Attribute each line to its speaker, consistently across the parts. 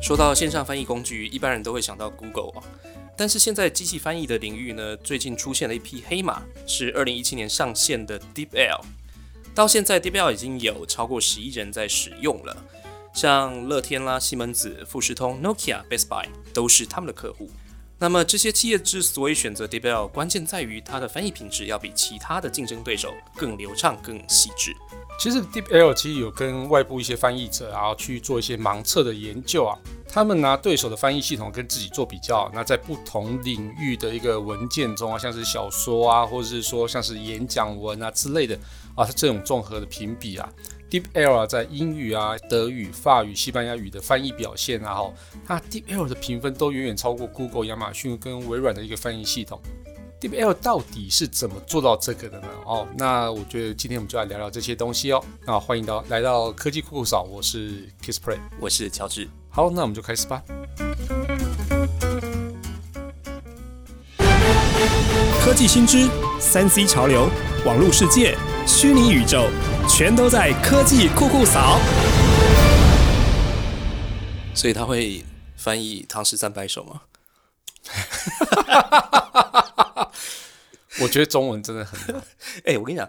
Speaker 1: 说到线上翻译工具，一般人都会想到 Google 啊，但是现在机器翻译的领域呢，最近出现了一匹黑马，是二零一七年上线的 DeepL。到现在，DeepL 已经有超过十亿人在使用了，像乐天啦、西门子、富士通、Nokia、Best Buy 都是他们的客户。那么这些企业之所以选择 DeepL，关键在于它的翻译品质要比其他的竞争对手更流畅、更细致。
Speaker 2: 其实 DeepL 其实有跟外部一些翻译者啊去做一些盲测的研究啊，他们拿对手的翻译系统跟自己做比较，那在不同领域的一个文件中啊，像是小说啊，或者是说像是演讲文啊之类的啊，这种综合的评比啊，DeepL 啊在英语啊、德语、法语、西班牙语的翻译表现啊，哈，那 DeepL 的评分都远远超过 Google、亚马逊跟微软的一个翻译系统。DeepL 到底是怎么做到这个的呢？哦，那我觉得今天我们就来聊聊这些东西哦。那欢迎到来到科技酷酷嫂，我是 Kissplay。
Speaker 1: 我是乔治。
Speaker 2: 好，那我们就开始吧。
Speaker 3: 科技新知、三 C 潮流、网络世界、虚拟宇宙，全都在科技酷酷扫。
Speaker 1: 所以他会翻译《唐诗三百首》吗？
Speaker 2: 我觉得中文真的很难，
Speaker 1: 哎、我跟你讲，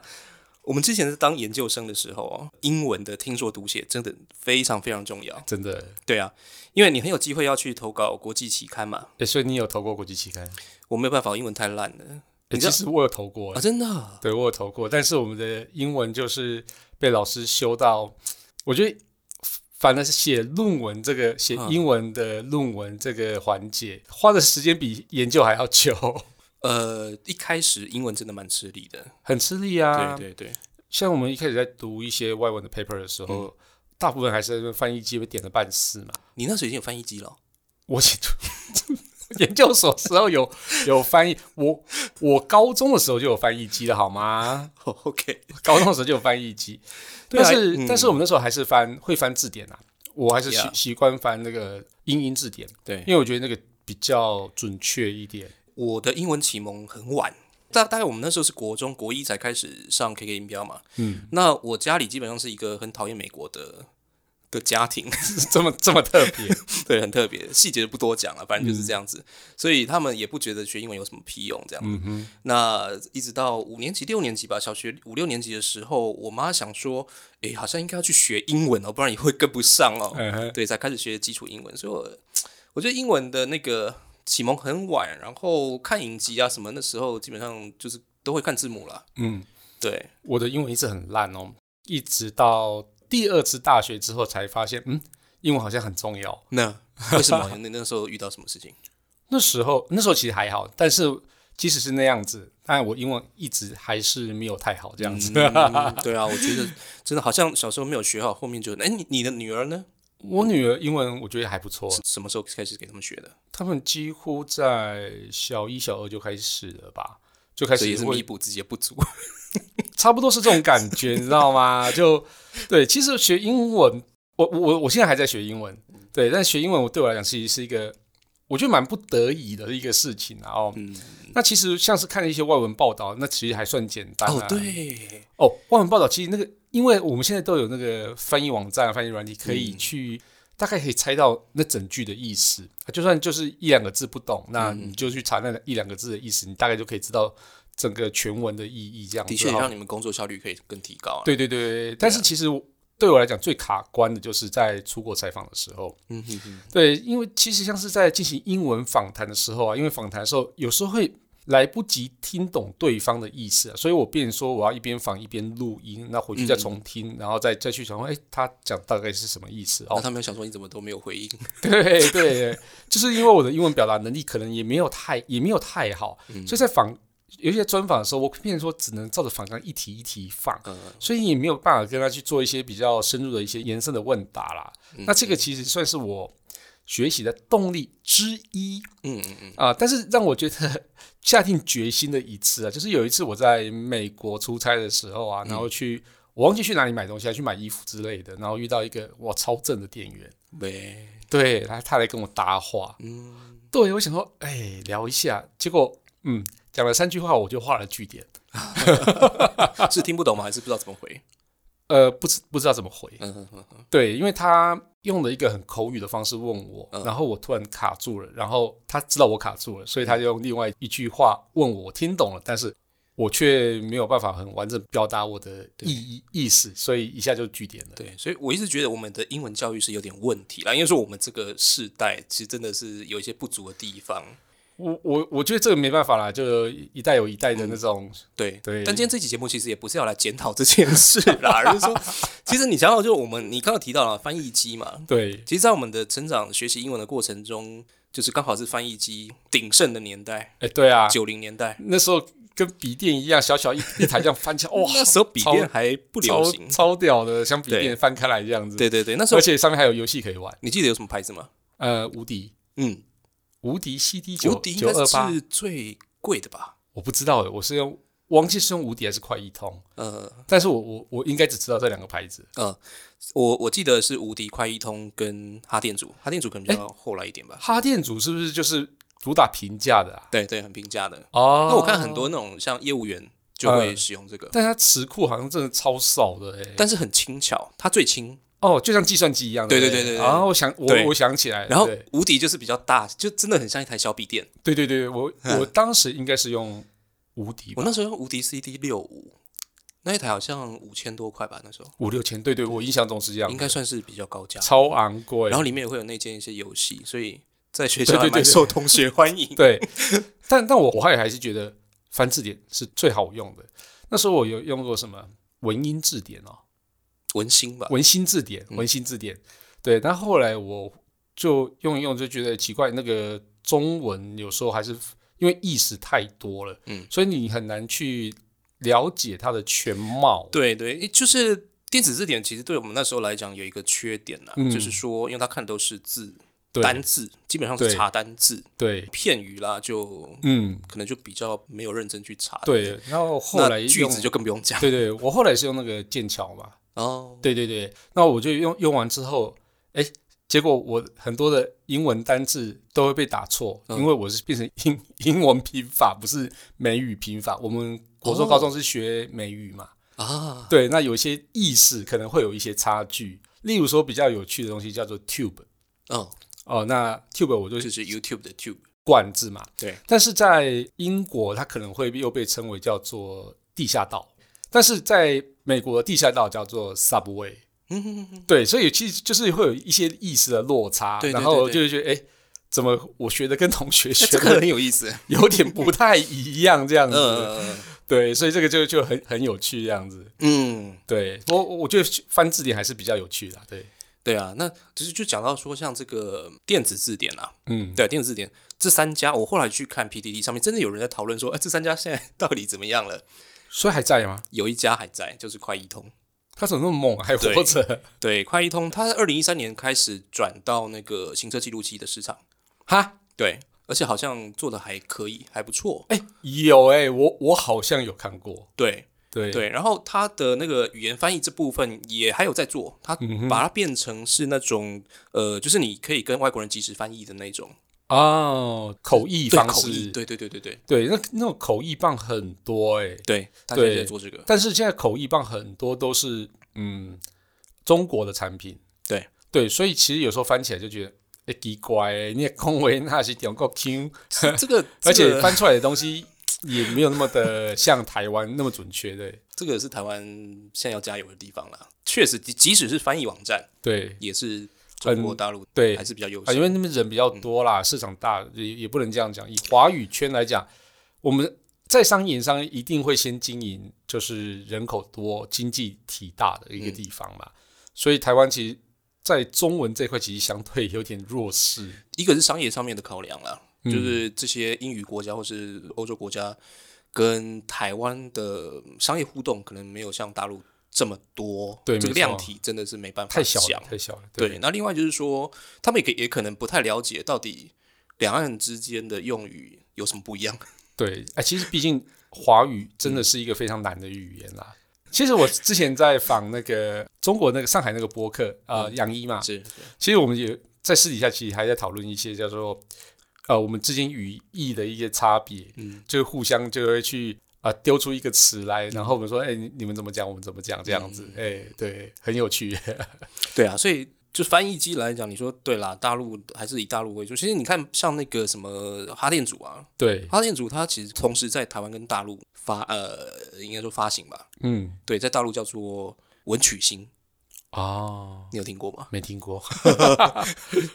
Speaker 1: 我们之前是当研究生的时候哦，英文的听说读写真的非常非常重要。
Speaker 2: 真的。
Speaker 1: 对啊，因为你很有机会要去投稿国际期刊嘛。
Speaker 2: 哎、所以你有投过国际期刊？诶
Speaker 1: 我没有办法，英文太烂了你知
Speaker 2: 其
Speaker 1: 道
Speaker 2: 实我有投过、
Speaker 1: 啊，真的啊。
Speaker 2: 对我有投过，但是我们的英文就是被老师修到，我觉得反而是写论文这个写
Speaker 1: 嗯
Speaker 2: 英文的论文这个环节，花的时间比研究还要久，
Speaker 1: 呃，一开始英文真的蛮吃力的。
Speaker 2: 很吃力啊。
Speaker 1: 对对对，
Speaker 2: 像我们一开始在读一些外文的 paper 的时候，
Speaker 1: 嗯
Speaker 2: 大部分还是在那边翻译机被点了半死嘛。
Speaker 1: 你那时候已经有翻译机 了哦、
Speaker 2: 我研究 研究所时候有有翻译，我我高中的时候就有翻译机了，好吗？
Speaker 1: 哦 OK，
Speaker 2: 高中的时候就有翻译机，
Speaker 1: 对
Speaker 2: 但
Speaker 1: 啊
Speaker 2: 是、
Speaker 1: 嗯
Speaker 2: 但是我们那时候还是翻会翻字典啊，我还是习
Speaker 1: Yeah
Speaker 2: 习惯翻那个英英字典，
Speaker 1: 对
Speaker 2: 因为我觉得那个比较准确一点。
Speaker 1: 我的英文启蒙很晚，大大概我们那时候是国中国一才开始上 KK 音标嘛。
Speaker 2: 嗯，
Speaker 1: 那我家里基本上是一个很讨厌美国的的家庭，
Speaker 2: 这么这么特别，
Speaker 1: 对，很特别，细节就不多讲了，反正就是这样子。所以他们也不觉得学英文有什么屁用，这样。
Speaker 2: 嗯哼，
Speaker 1: 那一直到五年级、六年级吧，小学五六年级的时候，我妈想说，诶，好像应该要去学英文哦，不然你会跟不上哦。
Speaker 2: 嗯哼，
Speaker 1: 对，才开始学基础英文，所以我我觉得英文的那个启蒙很晚，然后看影集啊什么，那时候基本上就是都会看字幕啦。
Speaker 2: 嗯，
Speaker 1: 对，
Speaker 2: 我的英文一直很烂哦，一直到第二次大学之后才发现，嗯，英文好像很重要。
Speaker 1: 那 为什么你那时候遇到什么事情？
Speaker 2: 那时候那时候其实还好，但是即使是那样子，但我英文一直还是没有太好这样子。
Speaker 1: 嗯对啊，我觉得真的好像小时候没有学好，后面就哎，你你的女儿呢？
Speaker 2: 我女儿英文我觉得还不错，
Speaker 1: 什么时候开始给他们学的？
Speaker 2: 他们几乎在小一、小二就开始了吧，就开
Speaker 1: 所以也
Speaker 2: 始
Speaker 1: 是弥
Speaker 2: 会
Speaker 1: 补自己的不足。
Speaker 2: 差不多是这种感 觉，你知道吗？就对，其实学英文，我我我现在还在学英文，对，但学英文我对我来讲其实是一个我觉得蛮不得已的一个事情啊。哦，
Speaker 1: 嗯，
Speaker 2: 那其实像是看一些外文报道，那其实还算简单、啊。
Speaker 1: 哦，对，
Speaker 2: 哦，外文报道其实那个，因为我们现在都有那个翻译网站、翻译软体，可以
Speaker 1: 嗯
Speaker 2: 去、大概可以猜到那整句的意思。啊就算就是一两个字不懂，那
Speaker 1: 嗯
Speaker 2: 你就去查那一两个字的意思，你大概就可以知道整个全文的意义。这样子
Speaker 1: 的确
Speaker 2: 哦
Speaker 1: 让你们工作效率可以更提高、啊。，
Speaker 2: 对对对，但是其实我对我来讲最卡关的就是在出国采访的时候，
Speaker 1: 嗯哼哼，
Speaker 2: 对，因为其实像是在进行英文访谈的时候啊，因为访谈的时候有时候会来不及听懂对方的意思、啊，所以我变说我要一边访一边录音，那回去再
Speaker 1: 嗯
Speaker 2: 重听，然后再再去想说，哎，他讲大概是什么意思
Speaker 1: 那
Speaker 2: 哦？
Speaker 1: 他们想说你怎么都没有回应？
Speaker 2: 对对，就是因为我的英文表达能力可能也没有太也没有太好，
Speaker 1: 嗯
Speaker 2: 所以在访有一些专访的时候，我变成说只能照着访纲一题一题放，
Speaker 1: 呃，
Speaker 2: 所以也没有办法跟他去做一些比较深入的一些延伸的问答啦。
Speaker 1: 嗯
Speaker 2: 那这个其实算是我学习的动力之一
Speaker 1: 嗯嗯嗯，
Speaker 2: 啊、但是让我觉得 下定决心的一次啊，就是有一次我在美国出差的时候啊，然
Speaker 1: 嗯
Speaker 2: 后去、我忘记去哪里买东西，啊，去买衣服之类的，然后遇到一个哇超正的店员，
Speaker 1: 喂，
Speaker 2: 对他他来跟我搭话，
Speaker 1: 嗯，
Speaker 2: 对我想说哎聊一下，结果嗯讲了三句话我就画了句点，
Speaker 1: 是听不懂吗？还是不知道怎么回？
Speaker 2: 呃不知不知道怎么回，
Speaker 1: 嗯哼哼哼，
Speaker 2: 对，因为他用了一个很口语的方式问我，
Speaker 1: 嗯
Speaker 2: 然后我突然卡住了，然后他知道我卡住了，所以他就用另外一句话问我，我听懂了，但是我却没有办法很完整表达我的意义意思，所以一下就据点了。
Speaker 1: 对，所以我一直觉得我们的英文教育是有点问题啦，因为说我们这个世代其实真的是有一些不足的地方。
Speaker 2: 我我我觉得这个没办法啦，就一代有一代的那种，
Speaker 1: 对
Speaker 2: 对
Speaker 1: 但今天这期节目其实也不是要来检讨这件事啦，而是 说，其实你想想，就是我们你刚刚提到了翻译机嘛，
Speaker 2: 对
Speaker 1: 其实，在我们的成长学习英文的过程中，就是刚好是翻译机鼎盛的年代，
Speaker 2: 哎对啊，
Speaker 1: 九零年代，
Speaker 2: 那时候跟笔电一样，小小一一台这样翻起来，哇，
Speaker 1: 那时候笔电
Speaker 2: 超
Speaker 1: 还不流
Speaker 2: 超
Speaker 1: 行。
Speaker 2: 超屌的，像笔
Speaker 1: 对
Speaker 2: 电翻开来这样子，
Speaker 1: 对对对，那时候
Speaker 2: 而且上面还有游戏可以玩，
Speaker 1: 你记得有什么牌子吗？
Speaker 2: 呃，无敌。
Speaker 1: 嗯，
Speaker 2: 无敌 CD
Speaker 1: 无
Speaker 2: 九
Speaker 1: 敌应
Speaker 2: 九
Speaker 1: 该
Speaker 2: 二八，
Speaker 1: 是最贵的吧？
Speaker 2: 我不知道欸的，我是用忘记是用无敌还是快一通，
Speaker 1: 呃
Speaker 2: 但是我我我应该只知道这两个牌子。
Speaker 1: 呃，我我记得是无敌快一通跟哈电组，哈电组可能比较后来一点吧。
Speaker 2: 哈电组是不是就是主打平价的啊？
Speaker 1: 对对，很平价的。
Speaker 2: 哦嗯
Speaker 1: 那我看很，多那种像业务员就会使用这个，
Speaker 2: 但它词库好像真的超少的哎、
Speaker 1: 但是很轻巧，它最轻。
Speaker 2: 哦，就像计算机一样。
Speaker 1: 对
Speaker 2: 对
Speaker 1: 对对对对
Speaker 2: 然后我想
Speaker 1: 对
Speaker 2: 我我想起来了，
Speaker 1: 然后
Speaker 2: 哎对
Speaker 1: 无敌就是比较大，就真的很像一台小笔电。
Speaker 2: 对对对，我
Speaker 1: 嗯
Speaker 2: 我当时应该是用无敌吧
Speaker 1: 我那时候用无敌 CD 六五，那一台好像五千多块吧，那时候
Speaker 2: 五六千，对对，我印象中是这样的，
Speaker 1: 应该算是比较高价。
Speaker 2: 超昂贵。
Speaker 1: 然后里面也会有内建一些游戏，所以在学校
Speaker 2: 对对
Speaker 1: 还
Speaker 2: 对
Speaker 1: 蛮
Speaker 2: 对
Speaker 1: 受同学欢迎。
Speaker 2: 对，但但我我还还是觉得翻字典是最好用的。那时候我有用过什么文音字典哦，
Speaker 1: 文心吧，
Speaker 2: 文心字典，
Speaker 1: 嗯
Speaker 2: 文心字典。对，但后来我就用一用，就觉得奇怪，那个中文有时候还是因为意识太多了，
Speaker 1: 嗯
Speaker 2: 所以你很难去了解它的全貌。
Speaker 1: 对对，诶就是电子字典，其实对我们那时候来讲有一个缺点呐、
Speaker 2: 嗯
Speaker 1: 就是说，因为它看的都是字单
Speaker 2: 对
Speaker 1: 字，基本上是
Speaker 2: 对
Speaker 1: 查单字，
Speaker 2: 对，
Speaker 1: 片语啦，就
Speaker 2: 嗯，
Speaker 1: 可能就比较没有认真去查。，
Speaker 2: 对。然后后来
Speaker 1: 那句
Speaker 2: 用
Speaker 1: 子就更不用讲。
Speaker 2: 对对，我后来是用那个剑桥嘛，
Speaker 1: 哦，
Speaker 2: 对对对，那我就用用完之后，哎，结果我很多的英文单字都会被打错，
Speaker 1: 嗯
Speaker 2: 因为我是变成英 英文拼法，不是美语拼法。我们国中、
Speaker 1: 哦
Speaker 2: 高中是学美语嘛，
Speaker 1: 啊，
Speaker 2: 对，那有一些意识可能会有一些差距。例如说比较有趣的东西叫做 tube
Speaker 1: 嗯，
Speaker 2: 哦，那 tube 我就
Speaker 1: 就是是 YouTube 的 Tube，
Speaker 2: 冠字嘛，
Speaker 1: 对，
Speaker 2: 但是在英国它可能会又被称为叫做地下道，但是在美国地下道叫做 subway。
Speaker 1: 嗯哼哼哼，
Speaker 2: 对，所以其实就是会有一些意识的落差，
Speaker 1: 对对
Speaker 2: 然后
Speaker 1: 对
Speaker 2: 就会觉得，哎、怎么我学的跟同学
Speaker 1: 那
Speaker 2: 学
Speaker 1: 哎这个
Speaker 2: 的
Speaker 1: 很有意思。
Speaker 2: 有点不太一样这样
Speaker 1: 嗯
Speaker 2: 子？
Speaker 1: 嗯
Speaker 2: 对，所以这个就就很很有趣这样子。
Speaker 1: 嗯，嗯
Speaker 2: 对我我我觉得翻字典还是比较有趣的，对，
Speaker 1: 对啊，那其实就讲到说，像这个电子字典啊，
Speaker 2: 嗯，
Speaker 1: 对，电子字典这三家，我后来去看 PDD 上面，真的有人在讨论说，哎、这三家现在 到底怎么样了？
Speaker 2: 所以还在吗？
Speaker 1: 有一家还在，就是快易通。
Speaker 2: 他怎么那么猛，还活着？
Speaker 1: 对，快易通，它在二零一三年开始转到那个行车记录器的市场，
Speaker 2: 哈，
Speaker 1: 对，而且好像做的还可以，还不错。
Speaker 2: 哎、有哎、我我好像有看过，
Speaker 1: 对
Speaker 2: 对
Speaker 1: 对，然后它的那个语言翻译这部分也还有在做，它
Speaker 2: 嗯
Speaker 1: 把它变成是那种呃，就是你可以跟外国人及时翻译的那种
Speaker 2: 哦，口译
Speaker 1: 对
Speaker 2: 方
Speaker 1: 口
Speaker 2: 式
Speaker 1: 译，，对对对对对
Speaker 2: 对，那那种口译棒很多哎、
Speaker 1: 对，它现在
Speaker 2: 对
Speaker 1: 在做这 个，
Speaker 2: 但是现在口译棒很多都是嗯中国的产品，
Speaker 1: 对
Speaker 2: 对，所以其实有时候翻起来就觉得哎、奇怪、你也恭维那些点够听，
Speaker 1: 这个这
Speaker 2: 而且
Speaker 1: 个
Speaker 2: 翻出来的东西也没有那么的像台湾那么准确的，
Speaker 1: 这个是台湾现在要加油的地方啦。确实，即即使是翻译网站，
Speaker 2: 对
Speaker 1: 也是中国大陆
Speaker 2: 对
Speaker 1: 还是比较优
Speaker 2: 啊，因
Speaker 1: 秀。
Speaker 2: 为那边人比较多啦，市场大，也也不能这样讲。以华语圈来讲，我们在商言商一定会先经营，就是人口多、经济体大的一个地方嘛。所以台湾其实，在中文这块其实相对有点弱势。
Speaker 1: 一个是商业上面的考量啦，
Speaker 2: 嗯
Speaker 1: 就是这些英语国家或是欧洲国家跟台湾的商业互动，可能没有像大陆这么多，
Speaker 2: 对
Speaker 1: 这个
Speaker 2: 没错
Speaker 1: 量体真的是没办法
Speaker 2: 太小
Speaker 1: 讲
Speaker 2: 了，。太小了。
Speaker 1: 对，那另外就是说，他们也可也可能不太了解到底两岸之间的用语有什么不一样。
Speaker 2: 对，哎，其实毕竟华语真的是一个非常难的语言啦。其实我之前在访那个中国那个上海那个播客，呃，杨一嘛，
Speaker 1: 是，
Speaker 2: 其实我们也在私底下，其实还在讨论一些叫做呃我们之间语义的一些差别，
Speaker 1: 嗯，
Speaker 2: 就互相就会去啊、丢出一个词来，然后嗯我们说，哎、你你们怎么讲，我们怎么讲，这样子，哎、对，很有趣，
Speaker 1: 对啊，所以就翻译机来讲，你说对啦，大陆还是以大陆为主。其实你看，像那个什么哈电组啊，
Speaker 2: 对，
Speaker 1: 哈电组它其实同时在台湾跟大陆发，呃，应该说发行吧。
Speaker 2: 嗯，
Speaker 1: 对，在大陆叫做文曲星，
Speaker 2: 哦，
Speaker 1: 你有听过吗？
Speaker 2: 没听过，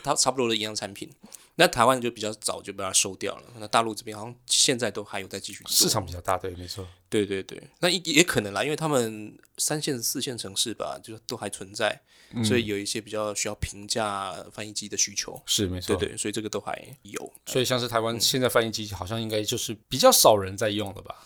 Speaker 1: 它差不多的一样产品。那台湾就比较早就把它收掉了，那大陆这边好像现在都还有在继续做
Speaker 2: 市场比较大，对，没错，
Speaker 1: 对对对，那也也可能啦，因为他们三线、四线城市吧，就是都还存在，所以有一些比较需要平价翻译机的需求。
Speaker 2: 是没
Speaker 1: 对
Speaker 2: 错，。
Speaker 1: 对，所以这个都还有。
Speaker 2: 所以像是台湾现在翻译机好像应该就是比较少人在用了吧？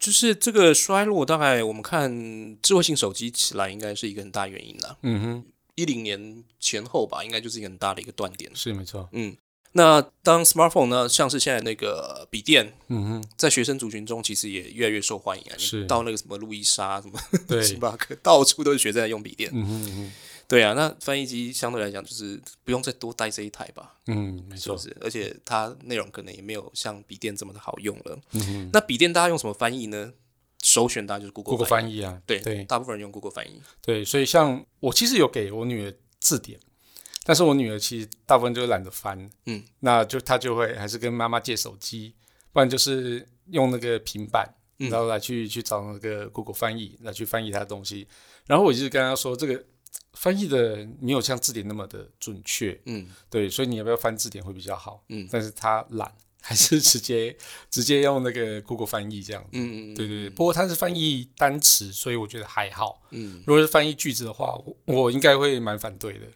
Speaker 1: 就是这个衰落，大概我们看智慧型手机起来，应该是一个很大原因啦。
Speaker 2: 嗯哼，
Speaker 1: 一零年前后吧，应该就是一个很大的一个断点。
Speaker 2: 是没错，
Speaker 1: 嗯，那当 smartphone 呢，像是现在那个笔电，
Speaker 2: 嗯哼，
Speaker 1: 在学生族群中其实也越来越受欢迎啊。你
Speaker 2: 是
Speaker 1: 到那个什么路易莎、什么
Speaker 2: 对，
Speaker 1: 星巴克， 到处都是学生在用笔电。
Speaker 2: 嗯哼嗯哼
Speaker 1: 对啊，那翻译机相对来讲就是不用再多带这一台吧，
Speaker 2: 嗯，没
Speaker 1: 是不
Speaker 2: 错，
Speaker 1: 是？而且它内容可能也没有像笔电这么的好用了。
Speaker 2: 嗯哼
Speaker 1: 那笔电大家用什么翻译呢？首选当然就是 Google
Speaker 2: ，Google
Speaker 1: 翻译，
Speaker 2: 翻译啊，
Speaker 1: 对
Speaker 2: 对，
Speaker 1: 大部分人用 Google 翻译。
Speaker 2: 对，所以像我其实有给我女儿字典，但是我女儿其实大部分就懒得翻，
Speaker 1: 嗯，
Speaker 2: 那就她就会还是跟妈妈借手机，不然就是用那个平板，
Speaker 1: 嗯
Speaker 2: 然后来去去找那个 Google 翻译来去翻译她的东西。然后我就是跟她说，这个翻译的没有像字典那么的准确，
Speaker 1: 嗯，
Speaker 2: 对，所以你要不要翻字典会比较好？
Speaker 1: 嗯
Speaker 2: 但是她懒，还是直接直接用那个 Google 翻译这样子。
Speaker 1: 嗯嗯，
Speaker 2: 对对对，不过它是翻译单词，所以我觉得还好。
Speaker 1: 嗯，
Speaker 2: 如果是翻译句子的话，我我应该会蛮反对的。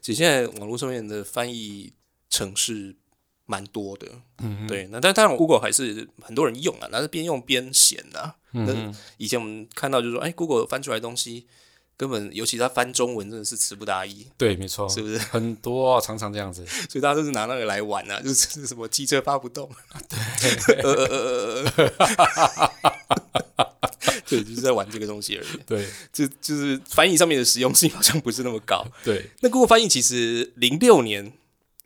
Speaker 1: 其实现在网络上面的翻译程式蛮多的，嗯，对。那但当然 Google 还是很多人用啊，但是边用边嫌啊。那以前我们看到就说，哎，Google 翻出来的东西根本，尤其它翻中文真的是词不达意，
Speaker 2: 对，没错，
Speaker 1: 是不是？
Speaker 2: 很多、啊常常这样子。
Speaker 1: 所以大家都是拿那个来玩啊，就是 就是什么机车发不动， 对，呃呃呃呃呃， 对，就是在玩这个东西而已。
Speaker 2: 对
Speaker 1: 就就是翻译上面的实用性好像不是那么高。
Speaker 2: 对，
Speaker 1: 那 Google 翻译其实零六年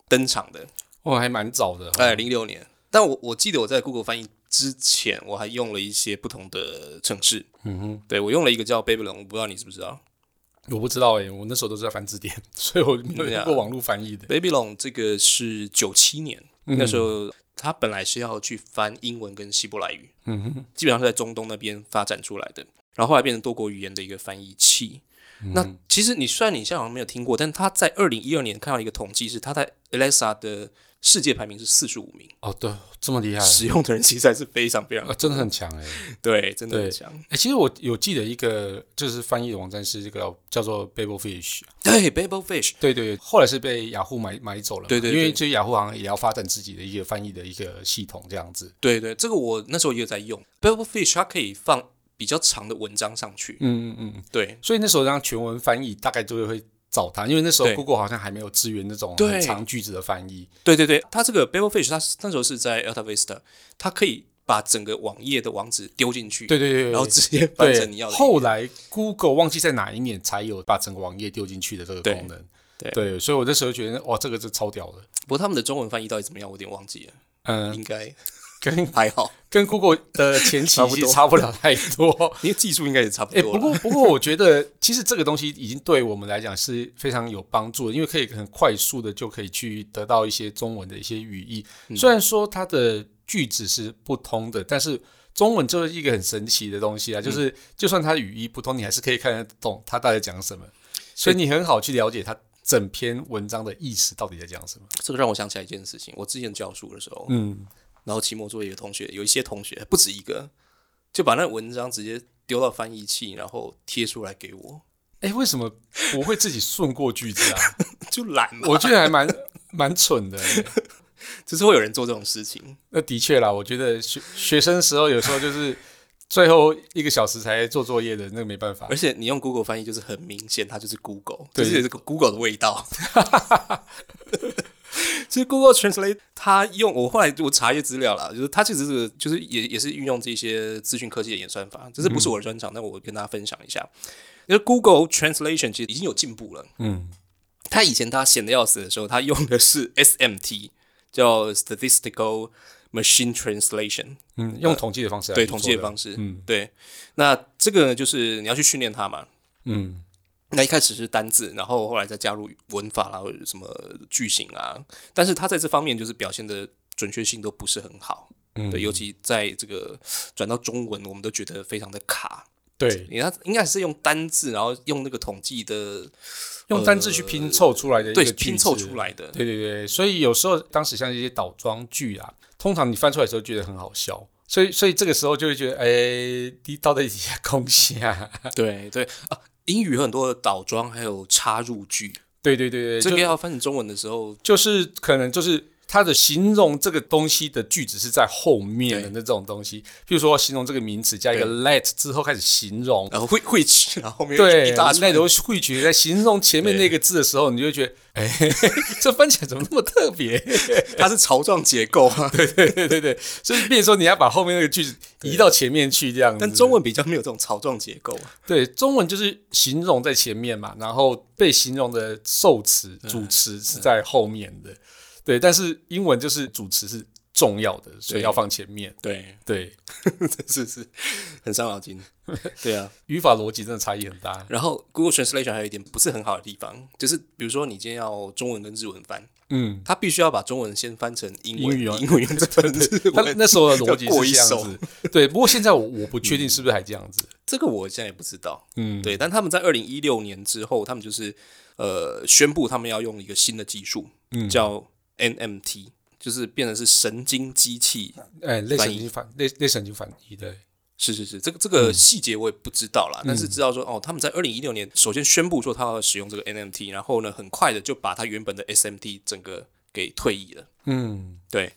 Speaker 1: 登场的，
Speaker 2: 我哦还蛮早的。
Speaker 1: 哎，零六年。但我我记得我在 Google 翻译之前，我还用了一些不同的城市。
Speaker 2: 嗯哼，
Speaker 1: 对我用了一个叫 Babylon，我不知道你知不知道。
Speaker 2: 我不知道哎、我那时候都是在翻字典， 所以我没有
Speaker 1: 对啊
Speaker 2: 用过网络翻译的。
Speaker 1: Babylon 这个是九七年，那时候它本来是要去翻英文跟希伯来语，
Speaker 2: 嗯哼，
Speaker 1: 基本上是在中东那边发展出来的，然后后来变成多国语言的一个翻译器。那其实你虽然你现在好像没有听过，但他在二零一二年看到一个统计是，他在 Alexa 的世界排名是四十五名，
Speaker 2: 哦，对，这么厉害，
Speaker 1: 使用的人其实还是非常非常
Speaker 2: 啊，真的很强哎、
Speaker 1: 对，真的很
Speaker 2: 对
Speaker 1: 强。
Speaker 2: 哎、其实我有记得一个就是翻译的网站是这个叫做 Babelfish，
Speaker 1: 对，Babel Fish，
Speaker 2: 对对，后来是被雅虎买买走了嘛，
Speaker 1: 对对对
Speaker 2: 因为这雅虎好像也要发展自己的一个翻译的一个系统这样子。
Speaker 1: 对对，这个我那时候也有在用 Babel Fish，它可以放比较长的文章上去。
Speaker 2: 嗯嗯嗯嗯。
Speaker 1: 对
Speaker 2: 所以那时候让全文翻译大概就会找他，因为那时候
Speaker 1: 对
Speaker 2: Google 好像还没有支援那种
Speaker 1: 对
Speaker 2: 很长句子的翻译。
Speaker 1: 对对对，它这个 Babel Fish，它那时候是在 Alta Vista，它可以把整个网页的网址丢进去，
Speaker 2: 对对对对，
Speaker 1: 然后直接翻成你要
Speaker 2: 对。
Speaker 1: 的。
Speaker 2: 后来 Google 忘记在哪一年才有把整个网页丢进去的这个功能。
Speaker 1: 对
Speaker 2: 对，所以我那时候觉得哇，这个是超屌的。
Speaker 1: 不过他们的中文翻译到底怎么样，我有点忘记了，
Speaker 2: 嗯，
Speaker 1: 应该
Speaker 2: 跟
Speaker 1: 还好，
Speaker 2: 跟 Google 的前 期
Speaker 1: 差不
Speaker 2: 其
Speaker 1: 多
Speaker 2: 实差不了太多。
Speaker 1: 因为技术应该也差不
Speaker 2: 哎、
Speaker 1: 多
Speaker 2: 不
Speaker 1: 了。
Speaker 2: 过不过，我觉得其实这个东西已经对我们来讲是非常有帮助的，因为可以很快速的就可以去得到一些中文的一些语义。
Speaker 1: 嗯
Speaker 2: 虽然说它的句子是不通的，但是中文就是一个很神奇的东西啊，
Speaker 1: 嗯
Speaker 2: 就是、就算它语义不通，你还是可以看得懂它到底讲什么，
Speaker 1: 哎
Speaker 2: 所以你很好去了解它整篇文章的意思到底在讲什么。
Speaker 1: 这个让我想起来一件事情，我之前教书的时候，
Speaker 2: 嗯，
Speaker 1: 然后期末作业有同学，有一些同学不止一个，就把那文章直接丢到翻译器，然后贴出来给我，
Speaker 2: 哎、为什么我会自己顺过句子啊？
Speaker 1: 就懒嘛，
Speaker 2: 我觉得还蛮蛮蠢的、欸。
Speaker 1: 就是会有人做这种事情。
Speaker 2: 那的确啦，我觉得学学生时候有时候就是最后一个小时才做作业的，那个没办法
Speaker 1: 而。且你用 Google 翻译，就是很明显，它就是 Google，就
Speaker 2: 对
Speaker 1: 是有这个 Google 的味道。 其实 Google Translate 它用我后来我查一些资料啦，就是它其实是就是也也是运用这些资讯科技的演算法，这是不是我的专长，但我跟大家分享一下。因为 Google Translation 其实已经有进步了，
Speaker 2: 嗯，
Speaker 1: 它以前它闲得要死的时候，它用的是 SMT，叫 Statistical Machine Translation，
Speaker 2: 嗯，用统计的方式来
Speaker 1: 对
Speaker 2: 去做
Speaker 1: 统计的
Speaker 2: 的
Speaker 1: 方式，
Speaker 2: 嗯
Speaker 1: 对。那这个呢，就是你要去训练它嘛，
Speaker 2: 嗯，
Speaker 1: 那一开始是单字，然后后来再加入文法啦，或者什么句型啊，但是他在这方面就是表现的准确性都不是很好。
Speaker 2: 嗯
Speaker 1: 对，尤其在这个转到中文，我们都觉得非常的卡。
Speaker 2: 对，
Speaker 1: 你看，应该是用单字，然后用那个统计的
Speaker 2: 用单字去拼凑出来的一个
Speaker 1: 对
Speaker 2: 句
Speaker 1: 拼
Speaker 2: 子
Speaker 1: 凑出来的。
Speaker 2: 对对对，所以有时候当时像一些倒装句啊，通常你翻出来的时候觉得很好笑，所以所以这个时候就会觉得，哎、你到底在恭喜啊？
Speaker 1: 对对啊，英语有很多的倒装，还有插入句，
Speaker 2: 对对对对，
Speaker 1: 这
Speaker 2: 就
Speaker 1: 个要翻成中文的时候，
Speaker 2: 就是可能就是它的形容这个东西的句子是在后面的那种东西，譬如说形容这个名词加一个
Speaker 1: 对
Speaker 2: let 之后开始形容。
Speaker 1: 然后呃会会去，然后后面
Speaker 2: 对，
Speaker 1: 一大
Speaker 2: 那
Speaker 1: 串
Speaker 2: 都是汇聚在形容前面那个字的时候，你就会觉得，哎、 这翻起来怎么那么特别？
Speaker 1: 它是槽状结构啊。
Speaker 2: 对对对对，所以变成说你要把后面那个句子移到前面去这样子。
Speaker 1: 但中文比较没有这种槽状结构啊。
Speaker 2: 对中文就是形容在前面嘛，然后被形容的受词主词是在后面的。对，但是英文就是主词是重要的，所以
Speaker 1: 对
Speaker 2: 要放前面。
Speaker 1: 对，
Speaker 2: 对，
Speaker 1: 是是，很伤脑筋。对啊，
Speaker 2: 语法逻辑真的差异很大。
Speaker 1: 然后 Google Translation 还有一点不是很好的地方，就是比如说你今天要中文跟日文翻，
Speaker 2: 嗯，
Speaker 1: 它必须要把中文先翻成英文，
Speaker 2: 英语哦
Speaker 1: 英文再 翻成日
Speaker 2: 他
Speaker 1: 文。
Speaker 2: 那时候的逻辑
Speaker 1: 要过一
Speaker 2: 是这样
Speaker 1: 手嗯
Speaker 2: 子。对，不过现在我我不确定是不是还这样子。
Speaker 1: 这个我现在也不知道。
Speaker 2: 嗯，
Speaker 1: 对，但他们在二零一六年之后，他们就是呃宣布他们要用一个新的技术，
Speaker 2: 嗯
Speaker 1: 叫 NMT，就是变成是神经机器。
Speaker 2: 哎，类
Speaker 1: 翻
Speaker 2: 神
Speaker 1: 译
Speaker 2: 经反类类神经反译对。
Speaker 1: 是是是，这个这个细节我也不知道啦，但是知道说哦，他们在二零一六年首先宣布说他要使用这个 NMT，然后呢，很快的就把他原本的 SMT 整个给退役了。
Speaker 2: 嗯，
Speaker 1: 对，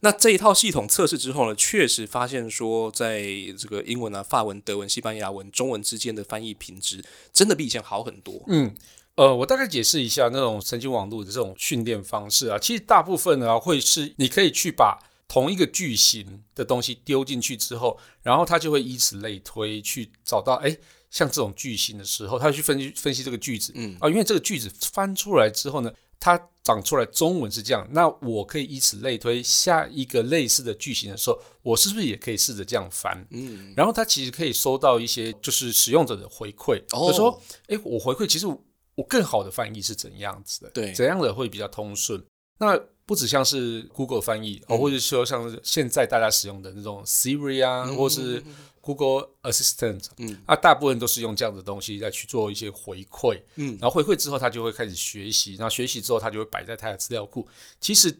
Speaker 1: 那这一套系统测试之后呢，确实发现说，在这个英文啊、法文、德文、西班牙文、中文之间的翻译品质真的比以前好很多。
Speaker 2: 嗯，呃，我大概解释一下那种神经网络的这种训练方式啊。其实大部分呢会是你可以去把同一个句型的东西丢进去之后，然后它就会以此类推去找到哎。诶像这种句型的时候，它会去分析分析这个句子，
Speaker 1: 嗯
Speaker 2: 啊，因为这个句子翻出来之后呢，它长出来中文是这样，那我可以以此类推下一个类似的句型的时候，我是不是也可以试着这样翻？
Speaker 1: 嗯，
Speaker 2: 然后它其实可以收到一些就是使用者的回馈，
Speaker 1: 哦
Speaker 2: 就说，哎，我回馈其实我更好的翻译是怎样子的，
Speaker 1: 对
Speaker 2: 怎样的会比较通顺。那不只像是 Google 翻译，哦，
Speaker 1: 嗯
Speaker 2: 或者说像是现在大家使用的那种 Siri 啊，或是 Google Assistant，
Speaker 1: 嗯，
Speaker 2: 啊，大部分都是用这样的东西来去做一些回馈，
Speaker 1: 嗯
Speaker 2: 然后回馈之后，他就会开始学习，然后学习之后，他就会摆在他的资料库。其实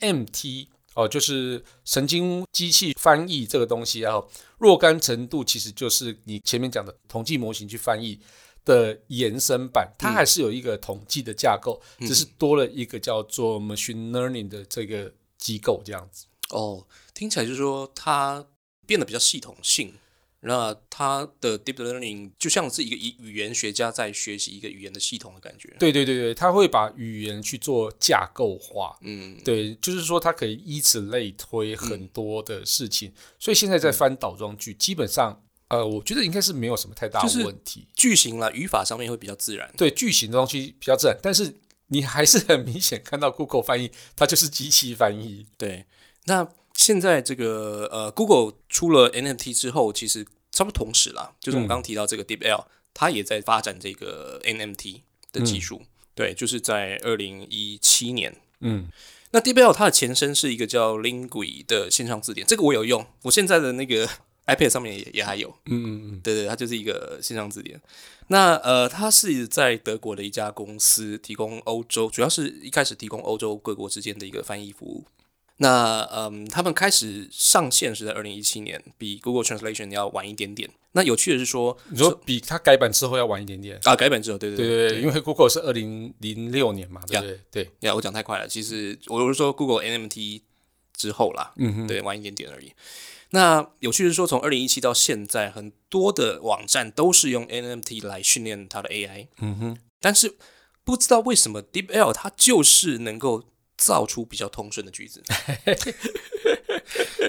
Speaker 2: NMT 哦、就是神经机器翻译这个东西啊，然后若干程度其实就是你前面讲的统计模型去翻译的延伸版，它还是有一个统计的架构，只是多了一个叫做 machine learning 的这个机构这样子。
Speaker 1: 哦，听起来就是说它变得比较系统性。那它的 deep learning 就像是一个语语言学家在学习一个语言的系统的感觉。，
Speaker 2: 对对对对，它会把语言去做架构化，
Speaker 1: 嗯，
Speaker 2: 对，就是说它可以依此类推很多的事情，所以现在在翻倒装句，基本上呃，我觉得应该是没有什么太大
Speaker 1: 就是
Speaker 2: 的问题。
Speaker 1: 句型啦、语法上面会比较自然。
Speaker 2: 对句型的东西比较自然，但是你还是很明显看到 Google 翻译，它就是机器翻译。
Speaker 1: 对，那现在这个呃，Google 出了 NFT 之后，其实差不多同时啦，就是我们刚刚提到这个 DeepL，、它也在发展这个 NFT 的技术。对，就是在二零一七年。
Speaker 2: 嗯，
Speaker 1: 那 DeepL 它的前身是一个叫 Lingui 的线上字典，这个我有用，我现在的那个 iPad 上面也也还有。
Speaker 2: 嗯嗯
Speaker 1: 对对，它就是一个线上字典。那呃，它是在德国的一家公司提供欧洲，主要是一开始提供欧洲各国之间的一个翻译服务。那嗯，他们开始上线是在二零一七年，比 Google Translation 要晚一点点。那有趣的是说
Speaker 2: 嗯，你说比它改版之后要晚一点点。
Speaker 1: 啊，改版之后，对对
Speaker 2: 对对对，因为 Google 是二零零六年嘛，对不对？对，
Speaker 1: 呀，我讲太快了。其实我是说 Google NMT 之后啦，
Speaker 2: 嗯哼，
Speaker 1: 对，晚一点点而已。那有趣的是说，从二零一七到现在，很多的网站都是用 NMT 来训练它的 AI。
Speaker 2: 嗯哼，
Speaker 1: 但是不知道为什么 DeepL 它就是能够造出比较通顺的句 子。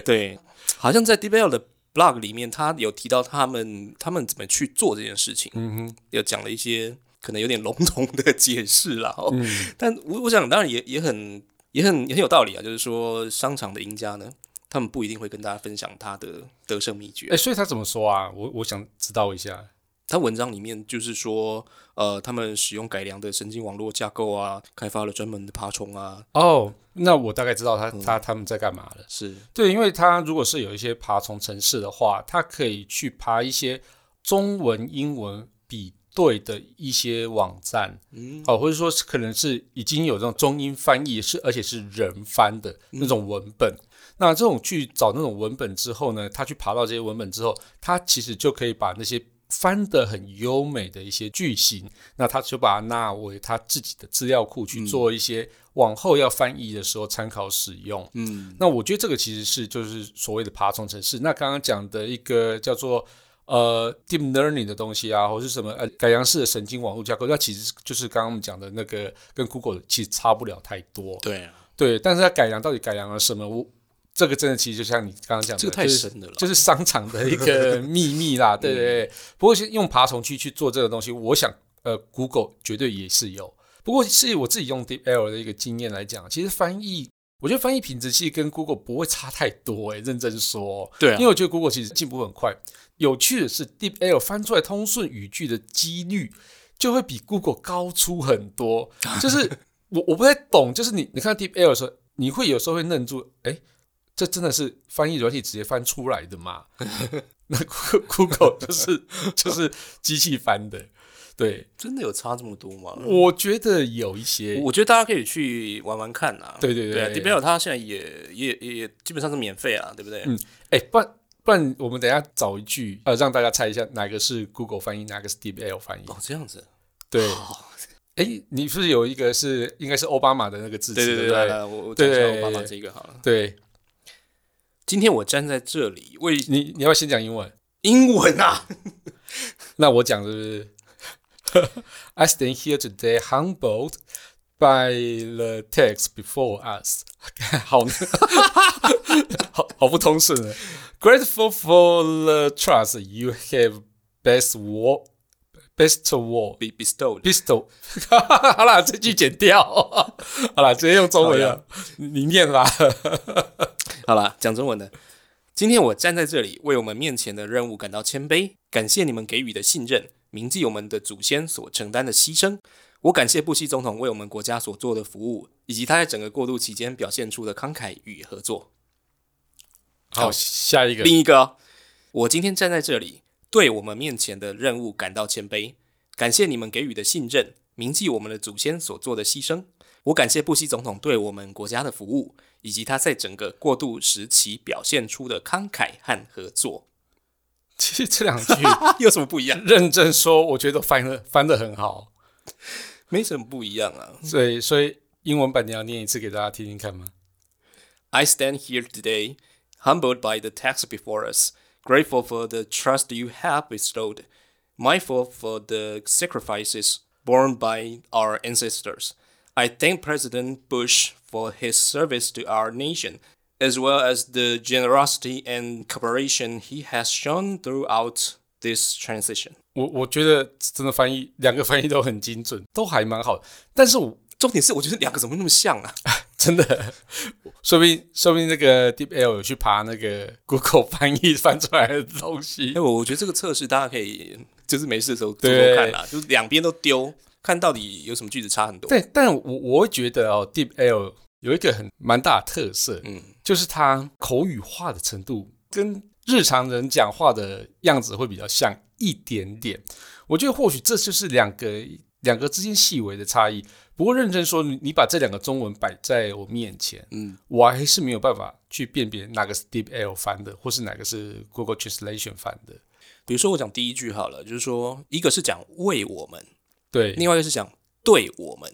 Speaker 1: 对，好像在 DeepL 的 blog 里面，他有提到他们他们怎么去做这件事情，
Speaker 2: 嗯哼，
Speaker 1: 有讲了一些可能有点笼统的解释啦。哦，
Speaker 2: 嗯
Speaker 1: 但我我想当然也也很也很也很有道理啊，就是说商场的赢家呢。他们不一定会跟大家分享他的得胜秘诀
Speaker 2: 哎、。所以他怎么说啊？我我想知道一下。
Speaker 1: 他文章里面就是说，呃，他们使用改良的神经网络架构啊，开发了专门的爬虫啊，
Speaker 2: 哦，嗯那我大概知道他他他们在干嘛了。
Speaker 1: 是
Speaker 2: 对，因为它如果是有一些爬虫城市的话，它可以去爬一些中文、英文比对的一些网站，嗯，哦，或者说是可能是已经有这种中英翻译，是而且是人翻的那种文本。那这种去找那种文本之后呢，他去爬到这些文本之后，他其实就可以把那些。翻得很优美的一些句型，那他就把它纳为他自己的资料库去做一些往后要翻译的时候参考使用。那我觉得这个其实是就是所谓的爬虫城市。那刚刚讲的一个叫做呃 deep learning 的东西啊，或是什么呃改良式的神经网络架构，那其实就是刚刚我们讲的那个跟 Google 其实差不了太多。
Speaker 1: 对啊，
Speaker 2: 对，但是它改良到底改良了什么？我这个真的其实就像你刚刚讲的，
Speaker 1: 这个太
Speaker 2: 就是
Speaker 1: 深了啦
Speaker 2: 就是商场的一个秘密啦。对对对，不过用爬虫去去做这个东西，我想呃，Google 绝对也是有。不过是我自己用 DeepL 的一个经验来讲，其实翻译，我觉得翻译品质其实跟 Google 不会差太多诶、欸认真说，
Speaker 1: 对啊
Speaker 2: 因为我觉得 Google 其实进步很快。有趣的是，DeepL 翻出来通顺语句的几率就会比 Google 高出很多。就是我我不太懂，就是你你看 DeepL 的时候，你会有时候会愣住，诶，这真的是翻译软体直接翻出来的吗？ 那 Google- Google 就是就是机器翻的，对，
Speaker 1: 真的有差这么多吗？
Speaker 2: 我觉得有一些，
Speaker 1: 我觉得大家可以去玩玩看啊。
Speaker 2: 对对对
Speaker 1: 对啊
Speaker 2: 对
Speaker 1: ，DeepL 它现在也也也也基本上是免费啊，对不对？
Speaker 2: 嗯哎、不然不然，我们等一下找一句，呃，让大家猜一下哪个是 Google 翻译，哪个是 DeepL 翻译。
Speaker 1: 哦，这样子。
Speaker 2: 对，哎、你是不是有一个是应该是奥巴马的那个字词，
Speaker 1: 对对
Speaker 2: 对
Speaker 1: 对，
Speaker 2: 不
Speaker 1: 来来，我我讲
Speaker 2: 对
Speaker 1: 一下
Speaker 2: 对
Speaker 1: 我爸爸
Speaker 2: 对
Speaker 1: 这个好了。
Speaker 2: 对
Speaker 1: 今天我站在这里为
Speaker 2: 你你要不要先讲英文，
Speaker 1: 英 文啊，
Speaker 2: 那我讲是不是 ？I stand here today humbled by the text before us 好呢好好不通顺啊。Grateful for the trust you have best war best war
Speaker 1: 被 bestowed。
Speaker 2: pistol，好啦，这句剪掉， 好啦，直接用中文
Speaker 1: 好呀
Speaker 2: 了，你你念啦。
Speaker 1: 好啦，讲中文的。今天我站在这里，为我们面前的任务感到谦卑，感谢你们给予的信任，铭记我们的祖先所承担的牺牲。我感谢布希总统为我们国家所做的服务，以及他在整个过渡期间表现出的慷慨与合作。
Speaker 2: 好，下一个，
Speaker 1: 另一个哦，我今天站在这里，对我们面前的任务感到谦卑，感谢你们给予的信任，铭记我们的祖先所做的牺牲。我感谢布希总统对我们国家的服务，以及他在整个过渡时期表现出的慷慨和合作。
Speaker 2: 其实这两句
Speaker 1: 有什么不一样？
Speaker 2: 认真说，我觉得 翻的翻的很好，
Speaker 1: 没什么不一样啊。
Speaker 2: 所以所以英文版你要念一次给大家听听看吗？
Speaker 1: I stand here today, humbled by the task before us, grateful for the trust you have bestowed, mindful for the sacrifices borne by our ancestors. I thank President Bush for his service to our nation, as well as the generosity and cooperation he has shown throughout this transition.
Speaker 2: 我我觉得真的翻译两个翻译都很精准， 都还蛮好的，但是我
Speaker 1: 重点是，我觉得两个怎么那么像啊？
Speaker 2: 真的， 说不定说不定那个 DeepL 有去爬那个 Google 翻译翻出来的东西
Speaker 1: 哎、，我我觉得这个测试大家可以就是没事的时候做
Speaker 2: 对
Speaker 1: 做看啦，就是两边都丢，看到底有什么句子差很多。
Speaker 2: 对，但我我会觉得哦，DeepL 有一个很蛮大的特色，
Speaker 1: 嗯，
Speaker 2: 就是它口语化的程度跟日常人讲话的样子会比较像一点点。我觉得或许这就是两个两个之间细微的差异。不过认真说，你你把这两个中文摆在我面前，
Speaker 1: 嗯，
Speaker 2: 我还是没有办法去辨别哪个是 DeepL 翻的，或是哪个是 Google Translation 翻的。
Speaker 1: 比如说我讲第一句好了，就是说一个是讲为我们，
Speaker 2: 对，
Speaker 1: 另外一个是讲对我们。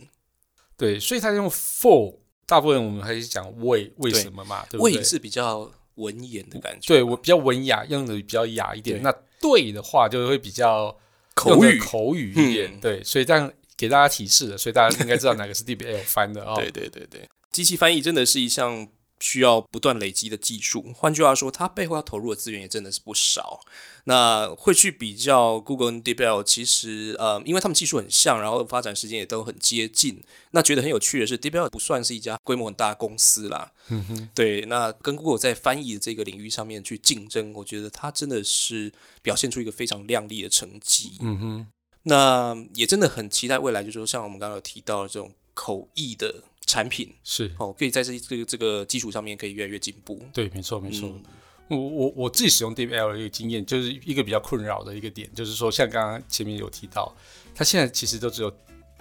Speaker 2: 对，所以他用 for，大部分我们还是讲为为
Speaker 1: 对
Speaker 2: 什么嘛，对不对
Speaker 1: 为？是比较文言的感觉，
Speaker 2: 对我比较文雅，用的比较雅一点。
Speaker 1: 对
Speaker 2: 那对的话就会比较
Speaker 1: 口
Speaker 2: 用
Speaker 1: 语
Speaker 2: 得。口语一点，
Speaker 1: 嗯
Speaker 2: 对，所以这样给大家提示了，所以大家应该知道哪个是 DBL 翻的哦。
Speaker 1: 对对对对，机器翻译真的是一项需要不断累积的技术。换句话说，它背后要投入的资源也真的是不少。那会去比较 Google 跟 DeepL，其实呃，因为他们技术很像，然后发展时间也都很接近。那觉得很有趣的是，DeepL 不算是一家规模很大的公司啦，
Speaker 2: 嗯哼，
Speaker 1: 对，那跟 Google 在翻译的这个领域上面去竞争，我觉得它真的是表现出一个非常亮丽的成绩。
Speaker 2: 嗯哼，
Speaker 1: 那也真的很期待未来，就是说像我们刚刚有提到的这种口译的产品
Speaker 2: 是
Speaker 1: 哦，可以在这这个这个基础上面可以越来越进步。
Speaker 2: 对，没错，没错。
Speaker 1: 嗯
Speaker 2: 我我我自己使用 DeepL 的一个经验，就是一个比较困扰的一个点，就是说像刚刚前面有提到，它现在其实都只有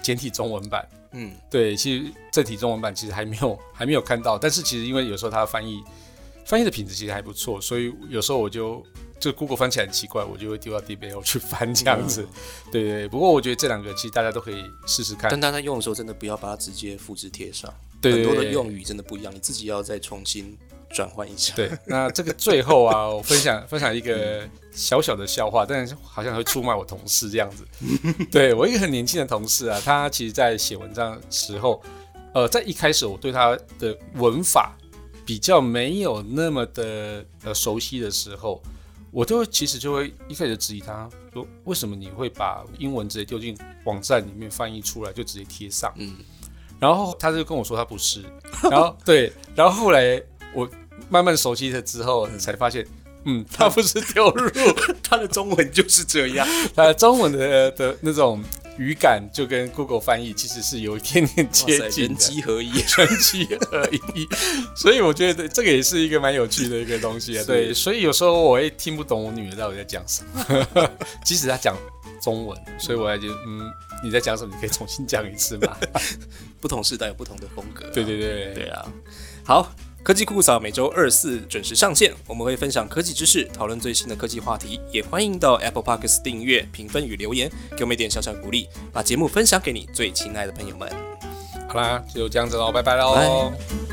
Speaker 2: 简体中文版。
Speaker 1: 嗯，
Speaker 2: 对，其实正体中文版其实还没有还没有看到，但是其实因为有时候它的翻译翻译的品质其实还不错，所以有时候我就就 Google 翻起来很奇怪，我就会丢到 DeepL 去翻这样
Speaker 1: 嗯
Speaker 2: 子。对对对，不过我觉得这两个其实大家都可以试试看。
Speaker 1: 但大家用的时候真的不要把它直接复制贴上，
Speaker 2: 对
Speaker 1: 很
Speaker 2: 对
Speaker 1: 多
Speaker 2: 对
Speaker 1: 的用语真的不一样，你自己要再重新转换一下。
Speaker 2: 对，那这个最后啊，我分享分享一个小小的笑话，但是好像会出卖我同事这样子。对我一个很年轻的同事啊，他其实在写文章的时候，呃，在一开始我对他的文法比较没有那么的呃熟悉的时候，我就会其实就会一开始质疑他说，为什么你会把英文直接丢进网站里面翻译出来就直接贴上？
Speaker 1: 嗯，
Speaker 2: 然后他就跟我说他不是，然后对，然后后来我慢慢熟悉了之后，才发现， 嗯，他不是丢入，
Speaker 1: 它的中文就是这 样。
Speaker 2: 他中文的呃的那种语感就跟 Google 翻译其实是有一点点
Speaker 1: 哇塞
Speaker 2: 接，近
Speaker 1: 人
Speaker 2: 的。
Speaker 1: 机合一。
Speaker 2: 神奇而已， 所以我觉得这个也是一个蛮有趣的一个东西啊。
Speaker 1: 是
Speaker 2: 对，所以有时候我会听不懂我女儿到底在讲什么， 即使她讲中文，所以我还觉得，嗯，你在讲什么？你可以重新讲一次嘛。
Speaker 1: 不同时代有不同的风格、
Speaker 2: 对对 对
Speaker 1: 对啊，好。科技酷酷嫂每周二四准时上线，我们会分享科技知识，讨论最新的科技话题，也欢迎到 Apple Podcast 订阅、评分与留言，给我们一点小小鼓励，把节目分享给你最亲爱的朋友们。
Speaker 2: 好啦，就这样子喽，拜拜喽。
Speaker 1: 拜